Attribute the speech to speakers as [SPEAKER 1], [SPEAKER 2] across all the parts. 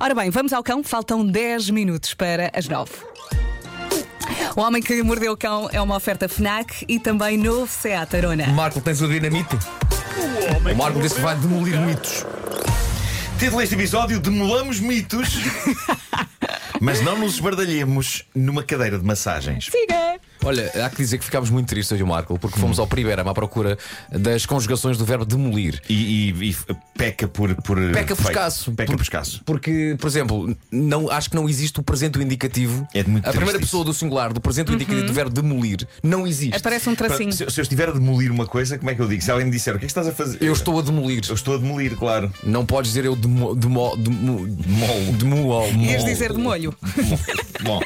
[SPEAKER 1] Ora bem, vamos ao cão. Faltam 10 minutos para as 9. O Homem que Mordeu o Cão é uma oferta FNAC e também novo Seat Arona.
[SPEAKER 2] Marco, tens o dinamite? O Marco disse que vai demolir mitos.
[SPEAKER 3] Título deste episódio: Demolamos mitos, mas não nos esbardalhemos numa cadeira de massagens.
[SPEAKER 1] Siga!
[SPEAKER 2] Olha, há que dizer que ficámos muito tristes hoje, Marco, porque fomos ao Priberam à procura das conjugações do verbo demolir.
[SPEAKER 3] E, e- e peca por. por eh,
[SPEAKER 2] Peca por
[SPEAKER 3] feio.
[SPEAKER 2] escasso.
[SPEAKER 3] Peca por, escasso.
[SPEAKER 2] Porque, por exemplo, não, acho que não existe o presente do indicativo.
[SPEAKER 3] É de muito
[SPEAKER 2] a
[SPEAKER 3] triste
[SPEAKER 2] primeira
[SPEAKER 3] isso.
[SPEAKER 2] pessoa do singular do presente do indicativo do verbo demolir não existe.
[SPEAKER 1] Uhum. Aparece um
[SPEAKER 3] Para-
[SPEAKER 1] tracinho.
[SPEAKER 3] se, se eu estiver a demolir uma coisa, como é que eu digo? Se alguém me disser o que é que estás a
[SPEAKER 1] um-
[SPEAKER 3] fazer?
[SPEAKER 2] Eu estou a demolir.
[SPEAKER 3] Eu estou a demolir, claro.
[SPEAKER 2] Não podes dizer eu demo, demo, demo,
[SPEAKER 3] Mol.
[SPEAKER 2] demo,
[SPEAKER 1] Ias
[SPEAKER 2] mol.
[SPEAKER 1] dizer de molho.
[SPEAKER 3] Bom,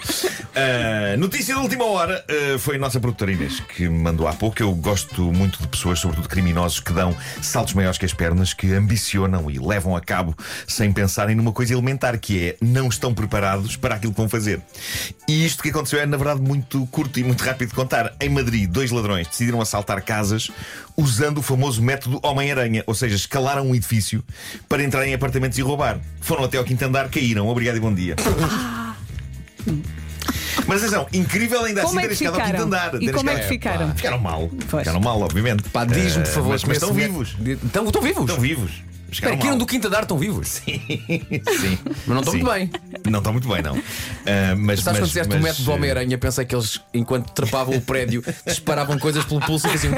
[SPEAKER 3] ah, notícia da última hora ah, foi a nossa produtora Inês que me mandou há pouco. Eu gosto muito de pessoas, sobretudo criminosos, que dão saltos maiores que as pernas, que ambicionam e levam a cabo sem pensarem numa coisa elementar, que é não estão preparados para aquilo que vão fazer. E isto que aconteceu é, na verdade, muito curto e muito rápido de contar. Em Madrid, dois ladrões decidiram assaltar casas usando o famoso método Homem-Aranha, ou seja, escalaram um edifício para entrar em apartamentos e roubar. Foram até ao quinto andar, caíram. Obrigado e bom dia. Mas atenção, incrível ainda
[SPEAKER 1] Como
[SPEAKER 3] assim
[SPEAKER 1] é
[SPEAKER 3] ter
[SPEAKER 1] que
[SPEAKER 3] chegado ao quinto
[SPEAKER 1] ficaram?
[SPEAKER 3] andar.
[SPEAKER 1] E
[SPEAKER 3] ter
[SPEAKER 1] como é que
[SPEAKER 3] chegado-
[SPEAKER 1] ficaram?
[SPEAKER 3] Ficaram mal.
[SPEAKER 1] Pois.
[SPEAKER 3] Ficaram mal, obviamente.
[SPEAKER 2] Pá, diz-me, por
[SPEAKER 3] Eh,
[SPEAKER 2] favor, é
[SPEAKER 3] Mas, mas
[SPEAKER 2] que
[SPEAKER 3] estão
[SPEAKER 2] esse
[SPEAKER 3] vivos.
[SPEAKER 2] me- Estão, estão vivos?
[SPEAKER 3] Estão vivos.
[SPEAKER 2] Espera,
[SPEAKER 3] Chegaram
[SPEAKER 2] caíram
[SPEAKER 3] mal.
[SPEAKER 2] um do quinto andar, estão vivos.
[SPEAKER 3] Sim.
[SPEAKER 2] Mas não estão
[SPEAKER 3] Sim.
[SPEAKER 2] muito bem.
[SPEAKER 3] Não estão muito bem, não. Eh, mas,
[SPEAKER 2] Sabes quando
[SPEAKER 3] mas,
[SPEAKER 2] disseste o
[SPEAKER 3] mas, eh,
[SPEAKER 2] método do Homem-Aranha, pensei que eles, enquanto trepavam o prédio, disparavam coisas pelo pulso e faziam.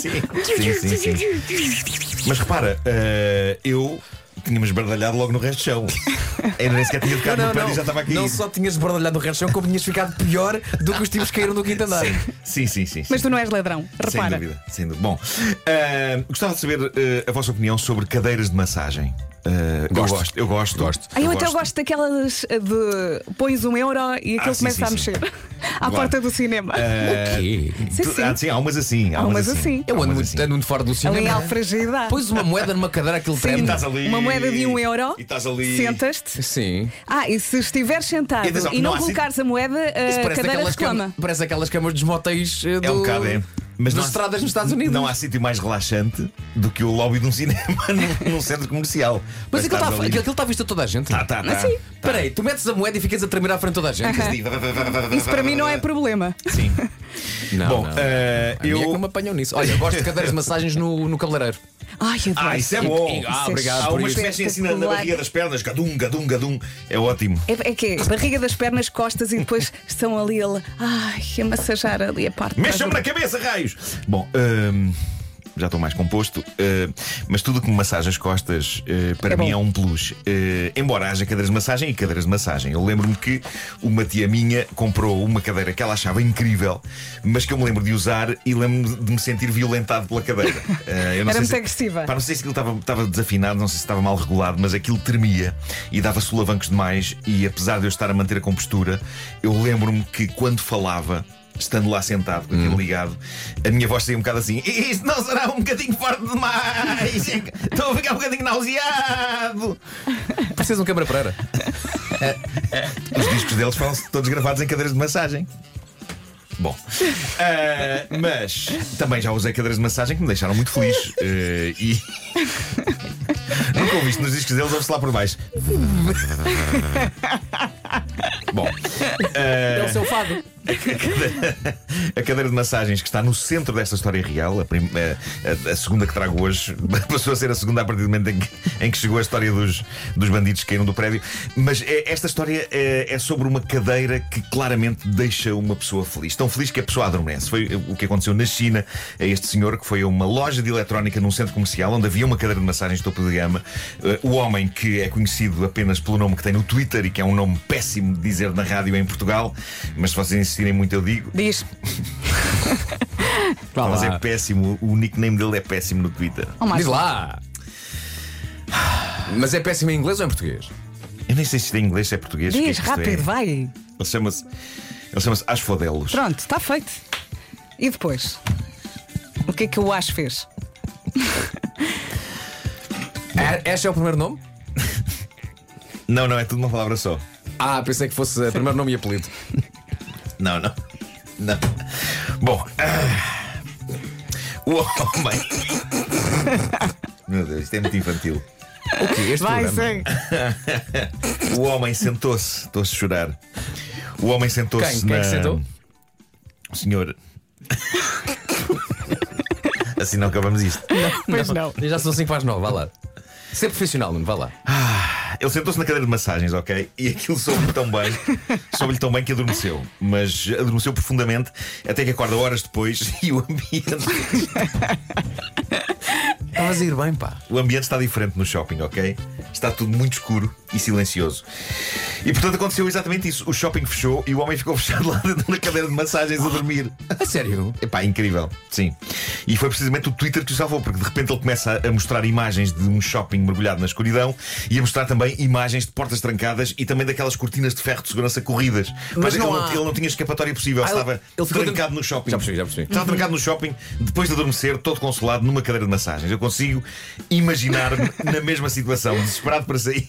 [SPEAKER 3] Sim, sim, sim, sim. Mas repara, eh, eu tinha-me esbardalhado logo no resto do chão. Ainda nem sequer tinha tocado no prédio e já estava aqui.
[SPEAKER 2] não só tinhas esbardalhado o resto do chão, como tinhas ficado pior do que os tipos que caíram do quinto andar.
[SPEAKER 3] Sim, sim, sim. sim.
[SPEAKER 1] Mas tu não és ladrão,
[SPEAKER 3] Sem
[SPEAKER 1] repara.
[SPEAKER 3] dúvida, sem dúvida. Bom, ah, gostava de saber ah, a vossa opinião sobre cadeiras de massagem. Ah, eu
[SPEAKER 2] Gosto.
[SPEAKER 3] gosto, eu gosto. Ah,
[SPEAKER 2] Gosto.
[SPEAKER 1] Ah, eu até gosto daquelas eh, de pões um euro e aquilo
[SPEAKER 3] sim,
[SPEAKER 1] começa
[SPEAKER 3] sim,
[SPEAKER 1] a
[SPEAKER 3] sim.
[SPEAKER 1] mexer à
[SPEAKER 3] Claro. Ah,
[SPEAKER 1] porta do cinema.
[SPEAKER 2] O quê?
[SPEAKER 1] sim,
[SPEAKER 3] Tu-
[SPEAKER 1] sim.
[SPEAKER 3] Ah, sim, há umas assim. Há
[SPEAKER 1] Há
[SPEAKER 3] umas
[SPEAKER 1] umas
[SPEAKER 3] assim.
[SPEAKER 1] assim.
[SPEAKER 2] É. Eu ando
[SPEAKER 3] Há umas
[SPEAKER 2] muito, ando muito fora do
[SPEAKER 1] Ali em
[SPEAKER 2] cinema.
[SPEAKER 1] Alfragida.
[SPEAKER 2] Pôs uma moeda numa cadeira, aquilo
[SPEAKER 3] E
[SPEAKER 2] treme.
[SPEAKER 3] estás ali.
[SPEAKER 1] Uma moeda de um euro.
[SPEAKER 3] E estás ali.
[SPEAKER 1] Sentas-te.
[SPEAKER 2] Sim.
[SPEAKER 1] Ah, e se estiveres sentado
[SPEAKER 3] E atenção,
[SPEAKER 1] e não,
[SPEAKER 3] não há assim-
[SPEAKER 1] colocares a moeda,
[SPEAKER 2] Isso
[SPEAKER 1] a Eh, cadeira
[SPEAKER 2] cam-
[SPEAKER 1] reclama.
[SPEAKER 2] parece aquelas camas dos motéis eh, do,
[SPEAKER 3] É um bocado, é.
[SPEAKER 2] das
[SPEAKER 3] não há-
[SPEAKER 2] estradas nos Estados Unidos.
[SPEAKER 3] Não há sítio mais relaxante do que o lobby de um cinema num, num centro comercial.
[SPEAKER 2] Mas aquilo
[SPEAKER 3] estás
[SPEAKER 2] está
[SPEAKER 3] ali-
[SPEAKER 2] aquilo tá visto a toda a gente.
[SPEAKER 3] Tá, tá, tá.
[SPEAKER 1] sim. É.
[SPEAKER 3] Tá.
[SPEAKER 2] Peraí, tu metes a moeda e ficas a tremer à frente de toda a gente.
[SPEAKER 1] Isso para mim não é problema.
[SPEAKER 3] Sim.
[SPEAKER 2] Não,
[SPEAKER 3] Bom,
[SPEAKER 2] não.
[SPEAKER 3] eh,
[SPEAKER 2] eu... é que
[SPEAKER 3] eu.
[SPEAKER 2] não me apanham nisso. Olha, eu gosto de cadeiras de massagens no, no cabeleireiro.
[SPEAKER 1] Ai, eu
[SPEAKER 3] Ah, isso é bom.
[SPEAKER 2] Ah,
[SPEAKER 1] Isso é
[SPEAKER 2] obrigado
[SPEAKER 3] Há
[SPEAKER 2] por
[SPEAKER 3] umas
[SPEAKER 2] isso.
[SPEAKER 3] que mexem assim na, na barriga das pernas, gadum, gadum, gadum. É ótimo.
[SPEAKER 1] É, é que é barriga das pernas, costas e depois estão ali ele, ai, a massajar ali a parte. mais
[SPEAKER 3] Mexam-me na cabeça, raios! Bom, hum, já estou mais composto, hum, mas tudo que me massagem as costas, hum, para
[SPEAKER 1] É bom.
[SPEAKER 3] mim é um plus. Hum, embora haja cadeiras de massagem e cadeiras de massagem. Eu lembro-me que uma tia minha comprou uma cadeira que ela achava incrível, mas que eu me lembro de usar e lembro-me de me sentir violentado pela cadeira. Hum, eu não
[SPEAKER 1] Era
[SPEAKER 3] sei
[SPEAKER 1] muito
[SPEAKER 3] se-
[SPEAKER 1] agressiva.
[SPEAKER 3] Pá, não sei se aquilo estava, estava desafinado, não sei se estava mal regulado, mas aquilo tremia e dava solavancos demais. E apesar de eu estar a manter a compostura, eu lembro-me que quando falava, estando lá sentado, com aquilo ligado, a minha voz saía um bocado assim: Isto não será um bocadinho forte demais? Estou a ficar um bocadinho nauseado.
[SPEAKER 2] Precisas de um câmara Pereira.
[SPEAKER 3] Os discos deles foram todos gravados em cadeiras de massagem. Bom, ah, mas também já usei cadeiras de massagem que me deixaram muito feliz. eh, e. Nunca ouviste nos discos deles, ouve-se lá por baixo. Bom,
[SPEAKER 2] É o seu fado.
[SPEAKER 3] a cadeira de massagens que está no centro desta história real, a, prim- eh, a- a- a segunda que trago hoje, passou a ser a segunda a partir do momento em que, em que chegou a história dos, dos bandidos que caíram do prédio. Mas é- esta história é, é sobre uma cadeira que claramente deixa uma pessoa feliz. Tão feliz que a pessoa adormece. Foi o que aconteceu na China a este senhor que foi a uma loja de eletrónica num centro comercial onde havia uma cadeira de massagens topo de gama. Eh, O homem que é conhecido apenas pelo nome que tem no Twitter e que é um nome péssimo de dizer na rádio em Portugal, mas se vocês insistirem muito eu digo,
[SPEAKER 1] Diz,
[SPEAKER 2] Vá
[SPEAKER 3] mas
[SPEAKER 2] lá.
[SPEAKER 3] é péssimo, o nickname dele é péssimo no Twitter.
[SPEAKER 1] oh, Marco,
[SPEAKER 2] Diz lá. um. Mas é péssimo em inglês ou em português?
[SPEAKER 3] Eu nem sei se isto é inglês, se é português. o que é
[SPEAKER 1] diz
[SPEAKER 3] que isto é.
[SPEAKER 1] rápido, vai.
[SPEAKER 3] Ele chama-se. Ele chama-se Asfodelos.
[SPEAKER 1] Pronto, está feito. E depois? O que é que o Ash fez?
[SPEAKER 2] É- Este é o primeiro nome?
[SPEAKER 3] Não, não, é tudo uma palavra só.
[SPEAKER 2] Ah, pensei que fosse eh, primeiro nome e apelido.
[SPEAKER 3] Não, não. Não. Bom. ah, O homem. Meu Deus, isto é muito infantil.
[SPEAKER 2] O quê? Este
[SPEAKER 1] Vai,
[SPEAKER 2] programa?
[SPEAKER 1] segue.
[SPEAKER 3] O homem sentou-se, estou-se a chorar. O homem sentou-se.
[SPEAKER 2] Quem? Quem é que
[SPEAKER 3] na-
[SPEAKER 2] sentou?
[SPEAKER 3] O senhor. assim não acabamos isto.
[SPEAKER 1] Pois não.
[SPEAKER 2] Já são 5 para as 9, vá lá. Ser profissional, Nuno, vá lá.
[SPEAKER 3] Ele sentou-se na cadeira de massagens, ok? E aquilo soube-lhe tão bem, soube-lhe tão bem que adormeceu. Mas adormeceu profundamente, até que acorda horas depois e o ambiente,
[SPEAKER 2] Estavas a ir bem, pá.
[SPEAKER 3] o ambiente está diferente no shopping, ok? Está tudo muito escuro e silencioso. E portanto aconteceu exatamente isso. O shopping fechou e o homem ficou fechado lá dentro na cadeira de massagens a dormir.
[SPEAKER 2] A sério?
[SPEAKER 3] Epá, incrível, sim. E foi precisamente o Twitter que o salvou, porque de repente ele começa a- a mostrar imagens de um shopping mergulhado na escuridão e a mostrar também imagens de portas trancadas e também daquelas cortinas de ferro de segurança corridas.
[SPEAKER 2] Mas
[SPEAKER 3] ele,
[SPEAKER 2] não
[SPEAKER 3] não,
[SPEAKER 2] há-
[SPEAKER 3] ele não tinha escapatória possível,
[SPEAKER 2] Ah, ele-
[SPEAKER 3] estava
[SPEAKER 2] ele ficou
[SPEAKER 3] trancado
[SPEAKER 2] dentro-
[SPEAKER 3] no shopping.
[SPEAKER 2] Já percebi, já percebi.
[SPEAKER 1] Uhum.
[SPEAKER 3] Estava trancado no shopping, depois de adormecer, todo consolado, numa cadeira de massagens. Eu consigo imaginar-me na mesma situação, desesperado para sair.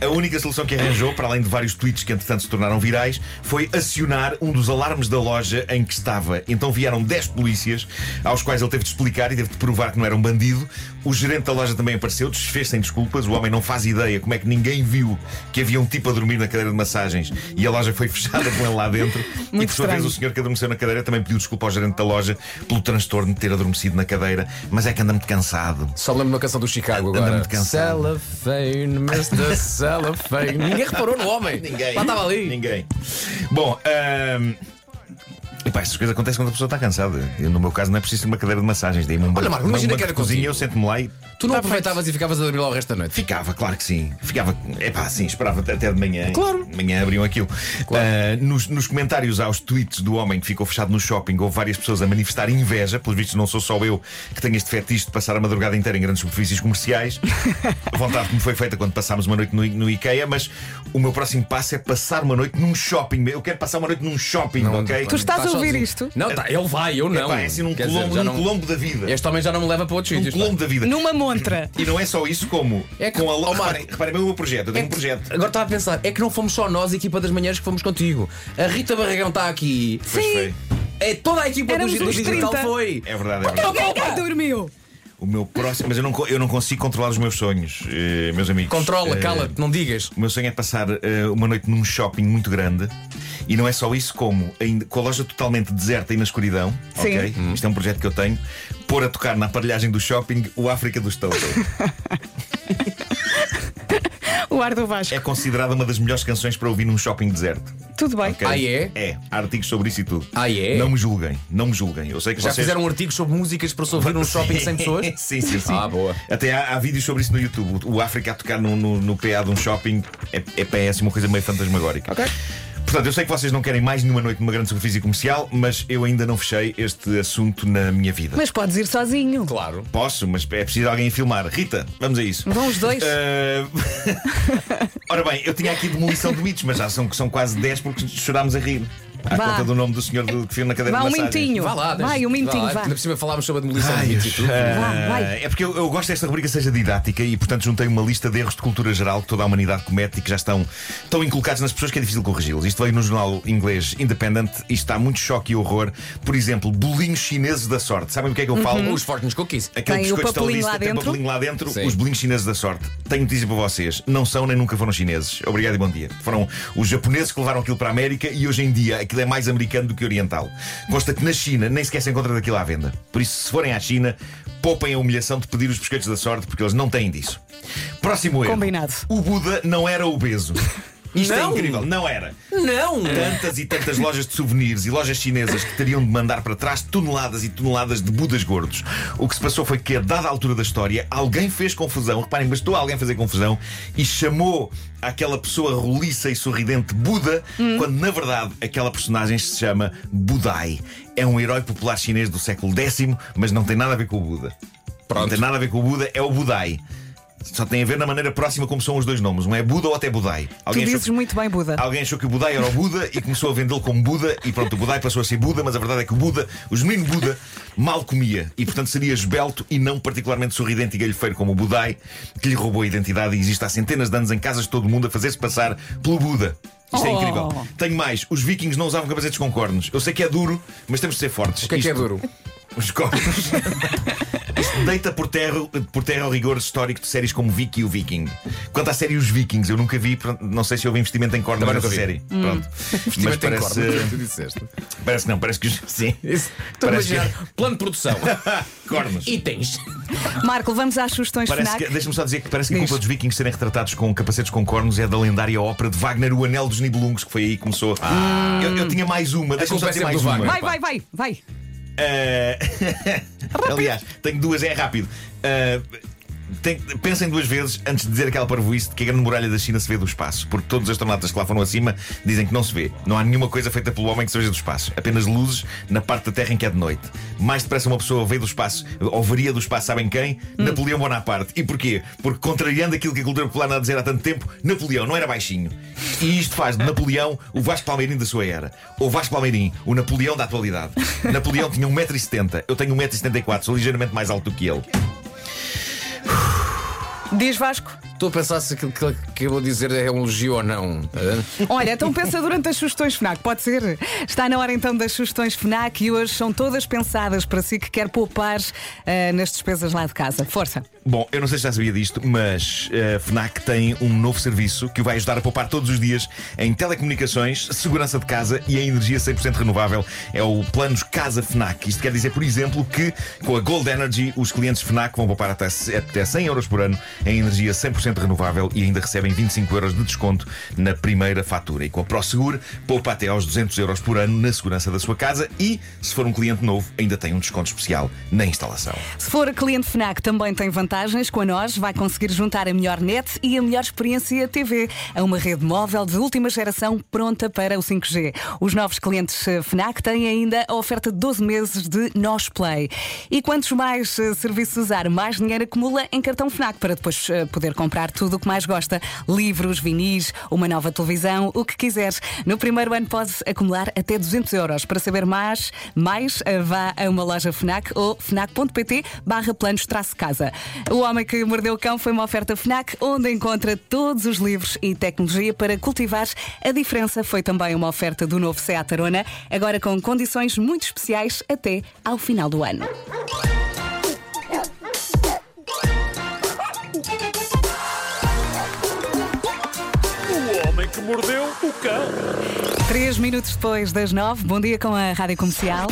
[SPEAKER 3] A única solução que arranjou, para além de vários tweets que entretanto se tornaram virais, foi acionar um dos alarmes da loja em que estava. Então vieram 10 polícias, aos quais ele teve de explicar e teve de provar que não era um bandido. O gerente da loja também apareceu, desfez sem desculpas. O homem não faz ideia como é que ninguém viu que havia um tipo a dormir na cadeira de massagens e a loja foi fechada com ele lá dentro. e
[SPEAKER 1] Muito
[SPEAKER 3] por sua
[SPEAKER 1] estranho.
[SPEAKER 3] vez o o senhor que adormeceu na cadeira também pediu desculpa ao gerente da loja pelo transtorno de ter adormecido na cadeira, mas é que anda muito cansado.
[SPEAKER 2] Só lembro de uma canção do Chicago
[SPEAKER 3] Anda
[SPEAKER 2] agora.
[SPEAKER 3] muito cansado.
[SPEAKER 2] Cellophane, Mr. Cellophane. Ninguém reparou no homem. Lá estava ali.
[SPEAKER 3] Ninguém. Bom, ahm, epá, essas coisas acontecem quando a pessoa está cansada. Eu, no meu caso, não é preciso ter uma cadeira de massagens. Daí um
[SPEAKER 2] Olha, Marco, imagina que era
[SPEAKER 3] cozinha,
[SPEAKER 2] contigo.
[SPEAKER 3] eu sento-me lá e
[SPEAKER 2] Tu não aproveitavas e ficavas a dormir lá o resto da noite.
[SPEAKER 3] Ficava, claro que sim. Ficava, é pá, sim, esperava até até de manhã.
[SPEAKER 2] Claro.
[SPEAKER 3] De manhã abriam aquilo. Ah, nos, nos comentários aos tweets do homem que ficou fechado no shopping, houve várias pessoas a manifestar inveja. Pelos vistos, não sou só eu que tenho este fetiche de passar a madrugada inteira em grandes superfícies comerciais. a vontade que me foi feita quando passámos uma noite no, I- no IKEA, mas o meu próximo passo é passar uma noite num shopping. Eu quero passar uma noite num shopping, ok?
[SPEAKER 1] Tu estás a ouvir
[SPEAKER 2] sozinho.
[SPEAKER 1] isto?
[SPEAKER 2] Não, tá, ele vai, eu não.
[SPEAKER 3] Epá, é assim num,
[SPEAKER 2] Quer
[SPEAKER 3] colombo,
[SPEAKER 2] dizer, já
[SPEAKER 3] num
[SPEAKER 2] não-
[SPEAKER 3] colombo da vida.
[SPEAKER 2] Este homem já não me leva para outros
[SPEAKER 3] Num
[SPEAKER 2] sítios. pá.
[SPEAKER 3] colombo da vida.
[SPEAKER 1] Numa montra.
[SPEAKER 3] E não é só isso, como
[SPEAKER 2] É que-
[SPEAKER 3] com a
[SPEAKER 2] Oh,
[SPEAKER 3] loja.
[SPEAKER 2] Marco. É
[SPEAKER 3] Reparem, reparem bem o meu projeto. Eu tenho um projeto.
[SPEAKER 2] Agora estava a pensar, é que não fomos só nós, a equipa das manhãs, que fomos contigo. A Rita Barragão está aqui.
[SPEAKER 3] Pois
[SPEAKER 1] Sim.
[SPEAKER 3] foi.
[SPEAKER 2] É toda a equipa do
[SPEAKER 1] Éramos
[SPEAKER 2] Giro
[SPEAKER 1] uns
[SPEAKER 2] Digital
[SPEAKER 1] 30.
[SPEAKER 2] foi.
[SPEAKER 3] É verdade, é verdade.
[SPEAKER 1] Alguém que dormiu.
[SPEAKER 3] O meu próximo. Mas eu não, co- eu não consigo controlar os meus sonhos, eh, meus amigos.
[SPEAKER 2] Controla,
[SPEAKER 3] Eh,
[SPEAKER 2] cala-te, não digas.
[SPEAKER 3] O meu sonho é passar eh, uma noite num shopping muito grande. E não é só isso, como ainda, com a loja totalmente deserta e na escuridão,
[SPEAKER 1] Sim.
[SPEAKER 3] ok? Isto é um projeto que eu tenho. Pôr a tocar na aparelhagem do shopping o África dos Toto.
[SPEAKER 1] O ar do Vasco.
[SPEAKER 3] é considerada uma das melhores canções para ouvir num shopping deserto.
[SPEAKER 1] Tudo bem.
[SPEAKER 3] ok?
[SPEAKER 2] Ah, é?
[SPEAKER 3] É. Há artigos sobre isso e tudo.
[SPEAKER 2] Ah, é?
[SPEAKER 3] Não me julguem, não me julguem. Eu sei que
[SPEAKER 2] Já
[SPEAKER 3] vocês...
[SPEAKER 2] fizeram um artigo sobre músicas para se ouvir num shopping sem pessoas?
[SPEAKER 3] sim, sim, sim.
[SPEAKER 2] Ah, boa.
[SPEAKER 3] Até há, há vídeos sobre isso no YouTube. O África a tocar no, no, no PA de um shopping é, é péssimo, uma coisa meio fantasmagórica.
[SPEAKER 2] Ok.
[SPEAKER 3] Portanto, eu sei que vocês não querem mais nenhuma noite numa grande superfície comercial, mas eu ainda não fechei este assunto na minha vida.
[SPEAKER 1] Mas podes ir sozinho.
[SPEAKER 2] Claro.
[SPEAKER 3] Posso, mas é preciso alguém filmar. Rita, vamos a isso.
[SPEAKER 1] Vão os dois.
[SPEAKER 3] Eh, Ora bem, eu tinha aqui demolição de mitos, mas já são, são quase 10 porque chorámos a rir. À
[SPEAKER 1] Vá.
[SPEAKER 3] conta do nome do senhor do, que fica na cadeira
[SPEAKER 1] Vá
[SPEAKER 3] de
[SPEAKER 1] um
[SPEAKER 3] massagens.
[SPEAKER 1] minutinho.
[SPEAKER 2] Vá lá,
[SPEAKER 1] Vai, um minutinho, vá.
[SPEAKER 2] Na cima falámos sobre a demolição de
[SPEAKER 3] Ai,
[SPEAKER 2] mitos e tudo.
[SPEAKER 3] eh,
[SPEAKER 1] Vá, vai.
[SPEAKER 3] É porque eu, eu gosto desta rubrica seja didática e, portanto, juntei uma lista de erros de cultura geral que toda a humanidade comete e que já estão tão inculcados nas pessoas que é difícil corrigi-los. Isto veio no jornal inglês Independent e está muito choque e horror. Por exemplo, bolinhos chineses da sorte. Sabem do que é que eu falo?
[SPEAKER 2] Os Fortunes Cookies.
[SPEAKER 3] Aquele
[SPEAKER 1] Tem o
[SPEAKER 3] biscoito
[SPEAKER 1] papelinho
[SPEAKER 3] estalista,
[SPEAKER 1] lá
[SPEAKER 3] tem
[SPEAKER 1] dentro.
[SPEAKER 3] papelinho lá dentro,
[SPEAKER 2] Sim.
[SPEAKER 3] os bolinhos chineses da sorte. Tenho notícia para vocês. Não são nem nunca foram chineses. Obrigado e bom dia. Foram os japoneses que levaram aquilo para a América e hoje em dia aquilo é mais americano do que oriental. Consta que na China nem sequer se encontra daquilo à venda. Por isso, se forem à China, poupem a humilhação de pedir os biscoitos da sorte porque eles não têm disso. Próximo erro.
[SPEAKER 1] Combinado.
[SPEAKER 3] O Buda não era obeso. Isto
[SPEAKER 2] Não?
[SPEAKER 3] é incrível. Não era
[SPEAKER 2] Não!
[SPEAKER 3] tantas e tantas lojas de souvenirs e lojas chinesas que teriam de mandar para trás toneladas e toneladas de Budas gordos. O que se passou foi que, a dada altura da história, alguém fez confusão. Reparem, bastou alguém fazer confusão e chamou aquela pessoa roliça e sorridente Buda,
[SPEAKER 1] Hum.
[SPEAKER 3] quando na verdade aquela personagem se chama Budai. É um herói popular chinês do século X, mas não tem nada a ver com o Buda. Não tem nada a ver com o Buda, é o Budai. Só tem a ver na maneira próxima como são os dois nomes. Um é Buda ou até Budai.
[SPEAKER 1] Tu
[SPEAKER 3] Alguém achou
[SPEAKER 1] dizes
[SPEAKER 3] que-
[SPEAKER 1] muito bem, Buda.
[SPEAKER 3] Alguém achou que o Budai era o Buda e começou a vendê-lo como Buda e pronto, o Budai passou a ser Buda, mas a verdade é que o Buda, o genuíno Buda, mal comia e portanto seria esbelto e não particularmente sorridente e galhofeiro como o Budai, que lhe roubou a identidade e existe há centenas de anos em casas de todo o mundo a fazer-se passar pelo Buda. Isto é
[SPEAKER 1] Oh.
[SPEAKER 3] incrível. Tenho mais, os vikings não usavam capacetes com cornos. Eu sei que é duro, mas temos de ser fortes.
[SPEAKER 2] O que é que é
[SPEAKER 3] Isto-
[SPEAKER 2] duro?
[SPEAKER 3] Os corpos. Isto deita por terra, por terra o rigor histórico de séries como Vicky e o Viking. Quanto à série Os Vikings, eu nunca vi, portanto, não sei se houve investimento em corda
[SPEAKER 2] Também
[SPEAKER 3] nessa
[SPEAKER 2] nunca vi. Hum.
[SPEAKER 3] série. Pronto. Mas
[SPEAKER 2] Investimento em
[SPEAKER 3] parece, eh,
[SPEAKER 2] corda, como tu disseste.
[SPEAKER 3] parece não, parece que os- sim.
[SPEAKER 2] Isso. Estou a
[SPEAKER 3] Parece que-
[SPEAKER 2] imaginar. Plano de produção.
[SPEAKER 3] Cornos.
[SPEAKER 2] Itens.
[SPEAKER 1] Marco, vamos às sugestões
[SPEAKER 3] Parece
[SPEAKER 1] FNAC.
[SPEAKER 3] que, deixa-me só dizer que parece que a
[SPEAKER 1] Diz.
[SPEAKER 3] culpa dos vikings serem retratados com capacetes com cornos é da lendária ópera de Wagner, O Anel dos Nibelungos, que foi aí que começou. Eu, eu tinha mais uma, deixa-me
[SPEAKER 2] culpa
[SPEAKER 3] só
[SPEAKER 2] Ah. é
[SPEAKER 3] dizer
[SPEAKER 2] sempre do
[SPEAKER 3] mais uma.
[SPEAKER 2] Wagner.
[SPEAKER 1] Vai, vai, vai, vai.
[SPEAKER 3] Eh, Aliás, tenho duas, é rápido. Eh, tem- pensem duas vezes antes de dizer aquela parvoíce de que a grande muralha da China se vê do espaço, porque todos os astronautas que lá foram acima dizem que não se vê. Não há nenhuma coisa feita pelo homem que se veja do espaço, apenas luzes na parte da Terra em que é de noite. Mais depressa uma pessoa vê do espaço, ou varia do espaço, sabem quem? Napoleão Bonaparte. E porquê? Porque contrariando aquilo que a cultura popular anda a dizer há tanto tempo, Napoleão não era baixinho. E isto faz de Napoleão o Vasco Palmeirim da sua era. Ou Vasco Palmeirim, o Napoleão da atualidade. Napoleão tinha 1,70m, eu tenho 1,74m, sou ligeiramente mais alto do que ele.
[SPEAKER 1] Diz Vasco.
[SPEAKER 2] Estou a pensar se aquilo que- que eu vou dizer é um elogio ou não. tá vendo?
[SPEAKER 1] Olha, então pensa durante as sugestões FNAC, pode ser? Está na hora então das sugestões FNAC e hoje são todas pensadas para si que quer poupar eh, nas despesas lá de casa. Força.
[SPEAKER 3] Bom, eu não sei se já sabia disto, mas a FNAC tem um novo serviço que o vai ajudar a poupar todos os dias em telecomunicações, segurança de casa e em energia 100% renovável. É o Planos Casa FNAC. Isto quer dizer, por exemplo, que com a Gold Energy os clientes FNAC vão poupar até, até 100 euros por ano em energia 100% renovável e ainda recebem 25 euros de desconto na primeira fatura. E com a ProSegur poupa até aos 200 euros por ano na segurança da sua casa e, se for um cliente novo, ainda tem um desconto especial na instalação.
[SPEAKER 1] Se for a cliente FNAC, também tem vantagens com a nós. Vai conseguir juntar a melhor net e a melhor experiência TV a uma rede móvel de última geração pronta para o 5G. Os novos clientes eh, FNAC têm ainda a oferta de 12 meses de Nós Play. E quantos mais eh, serviços usar, mais dinheiro acumula em cartão FNAC para depois eh, poder comprar tudo o que mais gosta. Livros, vinis, uma nova televisão, o que quiseres. No primeiro ano pode acumular até 200 euros. Para saber mais, mais eh, vá a uma loja FNAC ou fnac.pt barra planos traço casa. O Homem que Mordeu o Cão foi uma oferta FNAC onde encontra todos os livros e tecnologia para cultivar a diferença. Foi também uma oferta do novo Seat Arona, agora com condições muito especiais até ao final do ano.
[SPEAKER 4] O homem que mordeu o cão.
[SPEAKER 1] Três minutos depois das nove, bom dia com a Rádio Comercial.